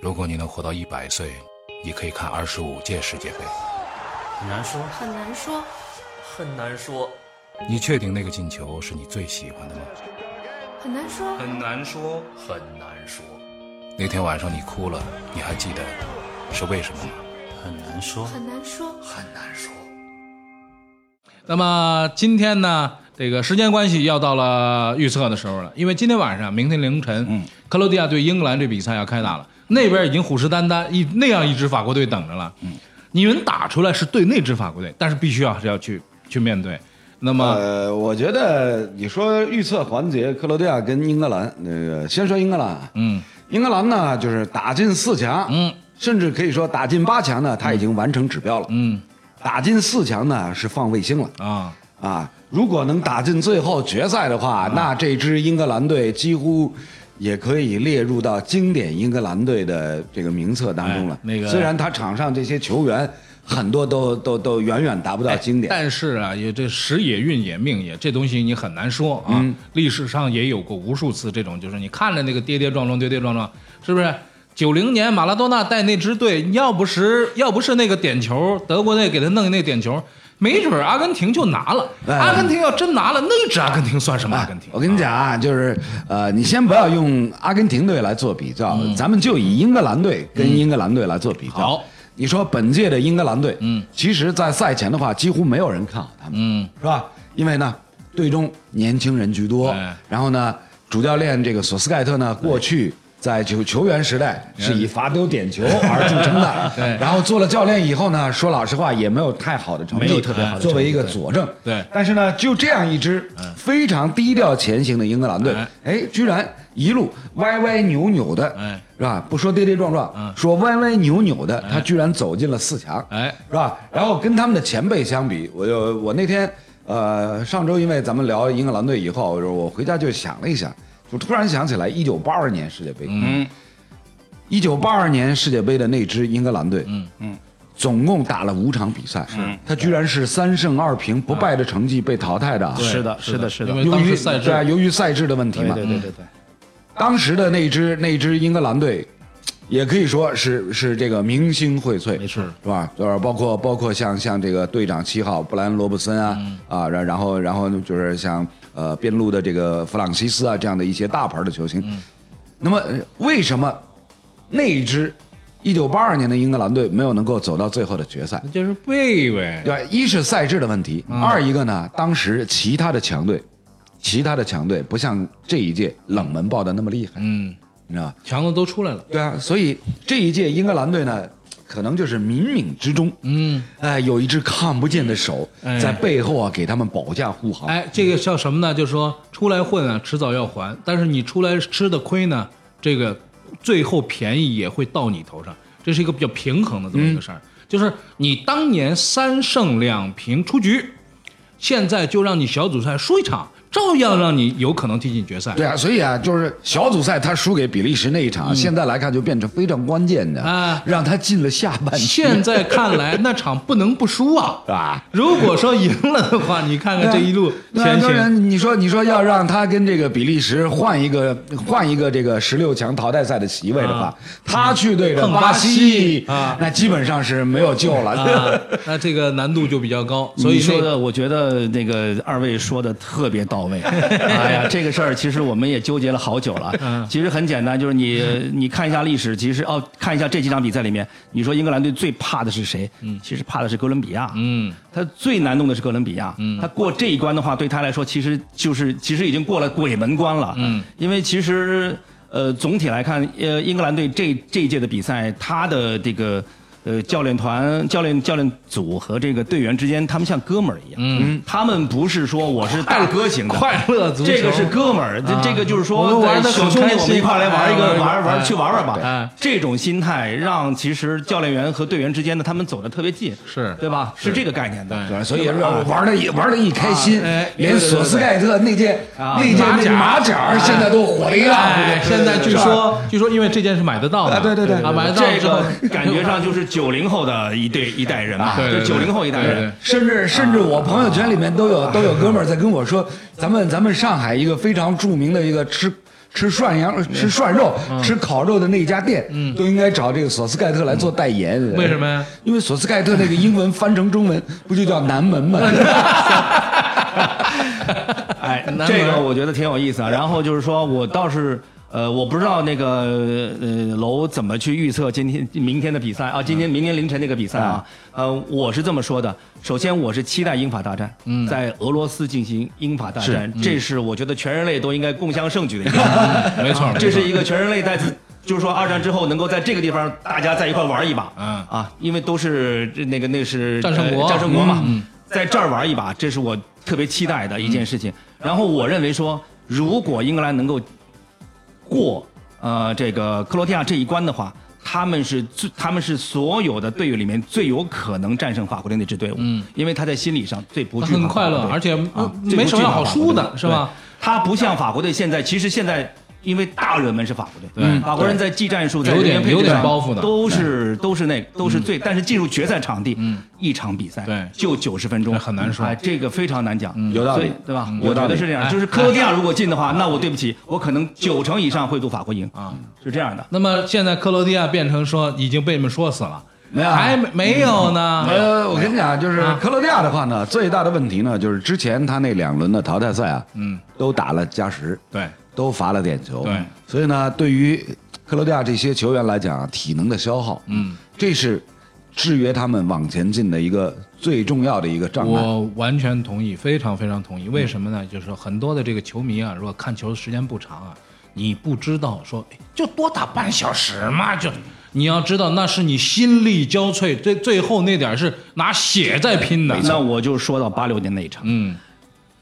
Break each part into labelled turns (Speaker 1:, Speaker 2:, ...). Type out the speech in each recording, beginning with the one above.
Speaker 1: 如果你能活到一百岁，你可以看二十五届世界杯。
Speaker 2: 很难说，
Speaker 3: 很难说，
Speaker 2: 很难说，
Speaker 1: 你确定那个进球是你最喜欢的吗？
Speaker 3: 很难说，
Speaker 2: 很难说，很难说，
Speaker 1: 那天晚上你哭了，你还记得是为什么吗？
Speaker 2: 很难说，
Speaker 3: 很难说。
Speaker 2: 很难说。
Speaker 4: 那么今天呢，这个时间关系要到了预测的时候了，因为今天晚上、明天凌晨，嗯，克罗地亚对英格兰这比赛要开打了，那边已经虎视眈眈，一那样一支法国队等着了，嗯，你们打出来是对那支法国队，但是必须要是要去去面对。那么、
Speaker 5: 呃，我觉得你说预测环节，克罗地亚跟英格兰，那、个先说英格兰，啊
Speaker 4: 嗯，
Speaker 5: 英格兰呢就是打进四强，
Speaker 4: 嗯，
Speaker 5: 甚至可以说打进八强呢，他已经完成指标了，
Speaker 4: 嗯
Speaker 5: 打进四强呢是放卫星了
Speaker 1: 呃
Speaker 4: 啊，
Speaker 5: 啊！如果能打进最后决赛的话，
Speaker 4: 啊
Speaker 5: 那这支英格兰队几乎也可以列入到经典英格兰队的这个名册当中了。
Speaker 4: 哎那个
Speaker 5: 虽然他场上这些球员很多都都都远远达不到经典，
Speaker 4: 但是啊，也这时也运也命也，这东西你很难说啊。
Speaker 5: 嗯
Speaker 4: 历史上也有过无数次这种，就是你看着那个跌跌撞撞，跌跌撞撞，是不是？九零年马拉多纳带那支队，要不是要不是那个点球，德国队给他弄那点球，没准儿阿根廷就拿了。
Speaker 5: 哎
Speaker 4: 阿根廷要真拿了，那支阿根廷算什么阿
Speaker 5: 啊
Speaker 4: 根廷？
Speaker 5: 我跟你讲啊，就是呃，你先不要用阿根廷队来做比较，咱们就以英格兰队跟英格兰队来做比较。
Speaker 4: 嗯好
Speaker 5: 你说本届的英格兰队，嗯，其实，在赛前的话，几乎没有人看好他们，
Speaker 4: 嗯，
Speaker 5: 是吧？因为呢，队中年轻人居多，
Speaker 4: 哎
Speaker 5: 然后呢，主教练这个索斯盖特呢，过去。在球球员时代是以罚丢点球而著称的，
Speaker 4: 哎 对
Speaker 5: 然后做了教练以后呢，说老实话也没有太好的成绩，
Speaker 4: 没有特别好的
Speaker 5: 作为一个佐证，
Speaker 4: 对嗯
Speaker 5: 但是呢，就这样一支非常低调前行的英格兰队
Speaker 4: 哎，
Speaker 5: 哎，居然一路歪歪扭扭的，
Speaker 4: 哎嗯
Speaker 5: 是吧？不说跌跌撞撞，说歪歪扭扭的，他居然走进了四强，
Speaker 4: 哎
Speaker 5: 是吧？然后跟他们的前辈相比，我就我那天呃上周因为咱们聊英格兰队以后，我回家就想了一想，就突然想起来一九八二年世界杯，
Speaker 4: 嗯，
Speaker 5: 一九八二年世界杯的那支英格兰队，
Speaker 4: 嗯
Speaker 5: 嗯，总共打了五场比赛，是
Speaker 6: 嗯
Speaker 5: 他居然是三胜二平不败的成绩被淘汰的啊，
Speaker 4: 对
Speaker 6: 是的是的嗯是的
Speaker 4: 因为
Speaker 5: 由
Speaker 4: 当
Speaker 5: 于
Speaker 4: 时赛制
Speaker 5: 对啊，由于赛制的问题
Speaker 6: 对
Speaker 5: 嘛，
Speaker 6: 对对对对，
Speaker 5: 当时的那支那支英格兰队，也可以说是是这个明星荟萃，
Speaker 4: 没错
Speaker 5: 是吧？就是包括包括像像这个队长七号布莱恩罗布森啊、
Speaker 4: 嗯
Speaker 5: 啊，然然后然后就是像呃边路的这个弗朗西斯啊这样的一些大牌的球星。
Speaker 4: 嗯
Speaker 5: 那么呃为什么那一支一九八二年的英格兰队没有能够走到最后的决赛？
Speaker 4: 就是背呗。
Speaker 5: 对，一是赛制的问题，
Speaker 4: 嗯
Speaker 5: 二一个呢，当时其他的强队，其他的强队不像这一届冷门爆的那么厉害，
Speaker 4: 嗯，
Speaker 5: 你知道吧？
Speaker 4: 强子都出来了。
Speaker 5: 对啊，所以这一届英格兰队呢，可能就是冥冥之中，
Speaker 4: 嗯，
Speaker 5: 哎，有一只看不见的手
Speaker 4: 哎
Speaker 5: 在背后啊给他们保驾护航。
Speaker 4: 哎，这个叫什么呢？就是说出来混啊，迟早要还。但是你出来吃的亏呢，这个最后便宜也会到你头上。这是一个比较平衡的这么一个事儿，就是你当年三胜两平出局，现在就让你小组赛输一场，照样让你有可能踢进决赛。
Speaker 5: 对啊，所以啊，就是小组赛他输给比利时那一场，现在来看就变成非常关键的，
Speaker 4: 嗯啊
Speaker 5: 让他进了下半区，
Speaker 4: 现在看来，那场不能不输啊
Speaker 5: 是！吧？
Speaker 4: 如果说赢了的话，你看看这一路
Speaker 5: 对啊
Speaker 4: 前
Speaker 5: 当
Speaker 4: 行，
Speaker 5: 然，你说你说要让他跟这个比利时换一个换一个这个十六强淘汰赛的席位的话，
Speaker 4: 啊嗯
Speaker 5: 他去对着
Speaker 4: 碰巴西
Speaker 5: 西，
Speaker 4: 啊
Speaker 5: 那基本上是没有救了。
Speaker 4: 啊，那这个难度就比较高。所以
Speaker 6: 你说
Speaker 4: 那
Speaker 6: 的，我觉得那个二位说的特别到 位。哎呀，这个事儿其实我们也纠结了好久了。其实很简单，就是你你看一下历史，其实哦，看一下这几场比赛里面，你说英格兰队最怕的是谁？其实怕的是哥伦比亚。
Speaker 4: 嗯，
Speaker 6: 他最难弄的是哥伦比亚，他过这一关的话，对他来说其实就是其实已经过了鬼门关了，嗯，因为其实呃总体来看，呃英格兰队这这一届的比赛，他的这个呃教练团、教练教练组和这个队员之间，他们像哥们儿一样，嗯，他们不是说我是大哥型的，
Speaker 4: 快乐足球
Speaker 6: 这个是哥们儿，这、
Speaker 4: 啊
Speaker 6: 这个就是
Speaker 4: 我们
Speaker 6: 说，
Speaker 4: 玩得
Speaker 6: 呃小
Speaker 4: 很
Speaker 6: 兄弟
Speaker 4: 开，心
Speaker 6: 我们一块儿来玩一
Speaker 4: 哎
Speaker 6: 个，
Speaker 4: 玩
Speaker 6: 玩
Speaker 4: 哎
Speaker 6: 玩去玩玩吧。
Speaker 4: 哎
Speaker 6: 这种心态让其实教练员和队员之间呢，他们走的特别近，
Speaker 4: 是
Speaker 6: 对吧？是这个概念的。
Speaker 5: 对吧所以说玩的一玩的一开心
Speaker 4: 啊哎，
Speaker 5: 连索斯盖特那届
Speaker 4: 啊
Speaker 5: 那届那个马甲现在都火的一塌糊
Speaker 4: 哎，
Speaker 5: 涂。
Speaker 4: 现在据
Speaker 5: 是吧
Speaker 4: 说，据说因为这件是买得到的，
Speaker 5: 啊对对对
Speaker 4: 啊，买得到
Speaker 6: 这
Speaker 4: 之后
Speaker 6: 个，感觉上就是九零后的一对一代人吧，
Speaker 4: 啊对对
Speaker 6: 就九零后一代
Speaker 4: 对对
Speaker 6: 人。
Speaker 5: 甚
Speaker 4: 啊
Speaker 5: 至甚至我朋友 圈里面都有都有哥们儿在跟我说，咱们咱们上海一个非常著名的一个吃吃涮
Speaker 4: 嗯
Speaker 5: 羊、吃涮肉、吃烤肉的那一家店，都应该找这个索斯盖特来做代言。
Speaker 4: 嗯为什么呀？
Speaker 5: 因为索斯盖特那个英文翻成中文，不就叫南门 吗？
Speaker 6: 哎
Speaker 4: 南，门
Speaker 6: 这个我觉得挺有意思啊。然后就是说我倒是。呃，我不知道那个呃楼怎么去预测今天、明天的比赛啊，今天、明天凌晨那个比赛啊。呃，我是这么说的：首先，我是期待英法大战，在俄罗斯进行英法大战，这嗯是嗯我觉得全人类都应该共襄盛举 的一个。
Speaker 4: 没错，没错
Speaker 6: 啊这是一个全人类在自，就是说二战之后能够在这个地方大家在一块玩一把，
Speaker 4: 嗯
Speaker 6: 啊，因为都是这那个那是
Speaker 4: 战胜国啊嗯
Speaker 6: 呃战胜国嘛，在这儿玩一把，这是我特别期待的一件
Speaker 4: 嗯
Speaker 6: 事情。然后我认为说，如果英格兰能够过呃这个克罗地亚这一关的话。他们是最，他们是所有的队伍里面最有可能战胜法国的那支队伍，嗯，因为他在心理上最不惧怕
Speaker 4: 很快乐
Speaker 6: 法国队
Speaker 4: 而且
Speaker 6: 啊
Speaker 4: 没
Speaker 6: 最不
Speaker 4: 没什么
Speaker 6: 惧怕
Speaker 4: 好
Speaker 6: 法
Speaker 4: 输
Speaker 6: 国
Speaker 4: 的
Speaker 6: 队
Speaker 4: 是吧？
Speaker 6: 对他不像法国队现在，其实现在因为大热门是法国队，
Speaker 4: 嗯对
Speaker 6: 法国人在技战术在
Speaker 4: 有
Speaker 6: 人
Speaker 4: 点
Speaker 6: 员配置
Speaker 4: 有点
Speaker 6: 上
Speaker 4: 包袱的嗯
Speaker 6: 都是都是那个都是最，但是进入决赛场地，一场比赛
Speaker 4: 对
Speaker 6: 就九十分钟，
Speaker 4: 这很难说嗯
Speaker 6: 哎，这个非常难讲，
Speaker 5: 有道理
Speaker 6: 所以对吧？
Speaker 5: 有
Speaker 6: 我
Speaker 5: 道理
Speaker 6: 觉得是这
Speaker 4: 哎
Speaker 6: 样，就是克罗地亚如果进的话，那我对不起，我可能九成以上会赌法国赢啊，是这样的。
Speaker 4: 那么现在克罗地亚变成说已经被你们说死了，
Speaker 5: 没有
Speaker 4: 还没没有啊呢？
Speaker 5: 呃，我跟你讲，就是克罗地亚的话呢，最大的问题呢，就是之前他那两轮的淘汰赛啊，嗯，都打了加时，
Speaker 4: 对，
Speaker 5: 都罚了点球，
Speaker 4: 对
Speaker 5: 所以呢，对于克罗地亚这些球员来讲啊，体能的消耗，嗯，这是制约他们往前进的一个最重要的一个障碍。
Speaker 4: 我完全同意，非常非常同意。为什么呢？就是说很多的这个球迷啊，如果看球的时间不长啊，你不知道说哎就多打半小时嘛，就你要知道那是你心力交瘁，最最后那点儿是拿血在拼的。
Speaker 6: 那我就说到八六年那一场，
Speaker 4: 嗯，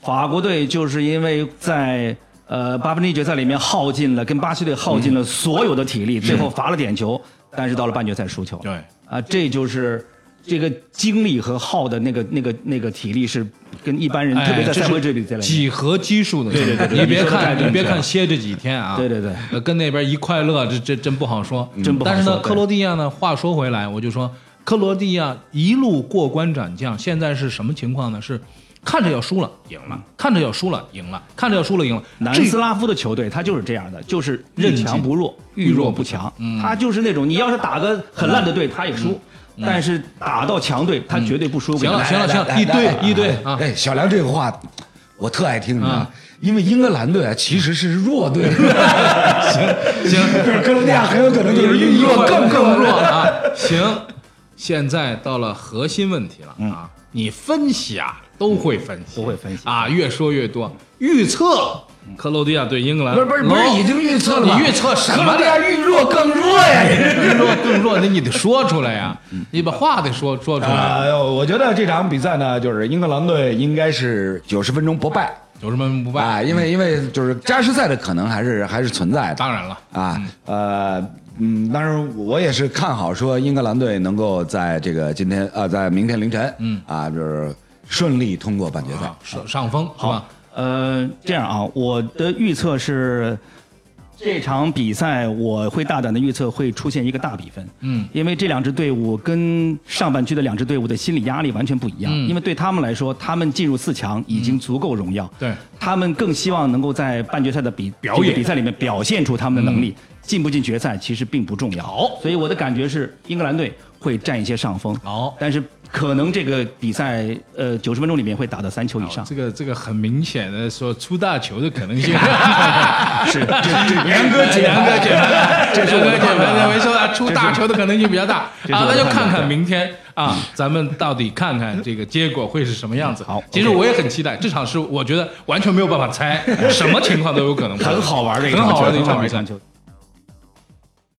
Speaker 6: 法国队就是因为在呃八分之一决赛里面耗尽了，跟巴西队耗尽了所有的体力，最后罚了点球，但是到了半决赛输球。
Speaker 4: 嗯对，
Speaker 6: 啊，这就是这个精力和耗的那个那个那个体力是跟一般人，
Speaker 4: 哎
Speaker 6: 特别在
Speaker 4: 这
Speaker 6: 赛
Speaker 4: 是
Speaker 6: 会制比赛里面，
Speaker 4: 几何基数的，
Speaker 6: 对对对对
Speaker 4: 你别
Speaker 6: 你说的太
Speaker 4: 看
Speaker 6: 对
Speaker 4: 你别
Speaker 6: 了
Speaker 4: 看歇着几天啊，
Speaker 6: 对对对
Speaker 4: 呃，跟那边一快乐，这这真不好说，
Speaker 6: 真不好说
Speaker 4: 但是呢，
Speaker 6: 对
Speaker 4: 克罗地亚呢，话说回来，我就说克罗地亚一路过关斩将，现在是什么情况呢？是看着要输了赢了，看着要输了赢了，看着要输了赢了，
Speaker 6: 嗯南
Speaker 4: 这
Speaker 6: 斯拉夫的球队，他就是这样的，就是任强不弱，遇弱不强。
Speaker 4: 嗯
Speaker 6: 他就是那种，你要是打个很烂的队，他也输；但是打到强队，他绝对不输给
Speaker 4: 嗯行
Speaker 6: 你。
Speaker 4: 了行了行了，
Speaker 5: 来
Speaker 4: 一
Speaker 5: 来来
Speaker 4: 堆一堆啊，
Speaker 5: 哎，小梁这个话，我特爱听啊。因为英格兰队啊其实是弱队，
Speaker 4: 行
Speaker 5: 就是克罗地亚很有可能就是运弱更更弱。
Speaker 4: 啊。 行，现在到了核心问题了啊！
Speaker 5: 嗯
Speaker 4: 你分析啊，都会分析，
Speaker 6: 都会分析
Speaker 4: 啊，越说越多。预测克罗地亚对英格兰，
Speaker 5: 嗯不是不是不是，已经预测了吗？
Speaker 4: 你预测什
Speaker 5: 克
Speaker 4: 么
Speaker 5: 罗地
Speaker 4: 呀？
Speaker 5: 亚愈弱更弱哎呀！你这
Speaker 4: 更弱更弱，那你得说出来呀，你把话得说说出来。
Speaker 5: 嗯啊，我觉得这场比赛呢，就是英格兰队应该是九十分钟不败
Speaker 4: 有什么不败？
Speaker 5: 啊，因为因为就是加时赛的可能还是还是存在的
Speaker 4: 当然了，
Speaker 5: 啊，呃。嗯，当然我也是看好说英格兰队能够在这个今天呃，在明天凌晨，嗯啊，就是顺利通过半决赛
Speaker 4: 啊。上上风是吧？
Speaker 6: 呃，这样啊，我的预测是这场比赛我会大胆的预测会出现一个大比分。
Speaker 4: 嗯，
Speaker 6: 因为这两支队伍跟上半区的两支队伍的心理压力完全不一样，因为对他们来说，他们进入四强已经足够荣耀。
Speaker 4: 对
Speaker 6: 他们更希望能够在半决赛的比
Speaker 4: 表演
Speaker 6: 这个比赛里面嗯表现出他们的能力，进不进决赛其实并不重要。
Speaker 4: 好
Speaker 6: 所以我的感觉是英格兰队会占一些上风。
Speaker 4: 好
Speaker 6: 但是可能这个比赛呃九十分钟里面会打到三球以上。
Speaker 4: 这个这个很明显的说出大球的可 能性。
Speaker 6: 是，
Speaker 5: 啊
Speaker 4: 杨哥
Speaker 5: 哎
Speaker 4: 解杨哥解这是杨哥解
Speaker 6: 判断
Speaker 4: 认
Speaker 6: 啊
Speaker 4: 为说啊出大球的可能性比较大啊，
Speaker 6: 是我的
Speaker 4: 那就看
Speaker 6: 判
Speaker 4: 看
Speaker 6: 断
Speaker 4: 明天啊，咱们到底看看这个结果会是什么样子。
Speaker 6: 好
Speaker 4: 其实
Speaker 6: OK
Speaker 4: 我也很期待这场 是，我觉得完全没有办法猜，什么情况都有可能发生，
Speaker 6: 很好玩的一
Speaker 4: 很
Speaker 6: 场
Speaker 4: 好玩的啊一
Speaker 6: 球
Speaker 4: 场
Speaker 6: 很好玩
Speaker 4: 比
Speaker 6: 的一
Speaker 4: 赛
Speaker 6: 场球。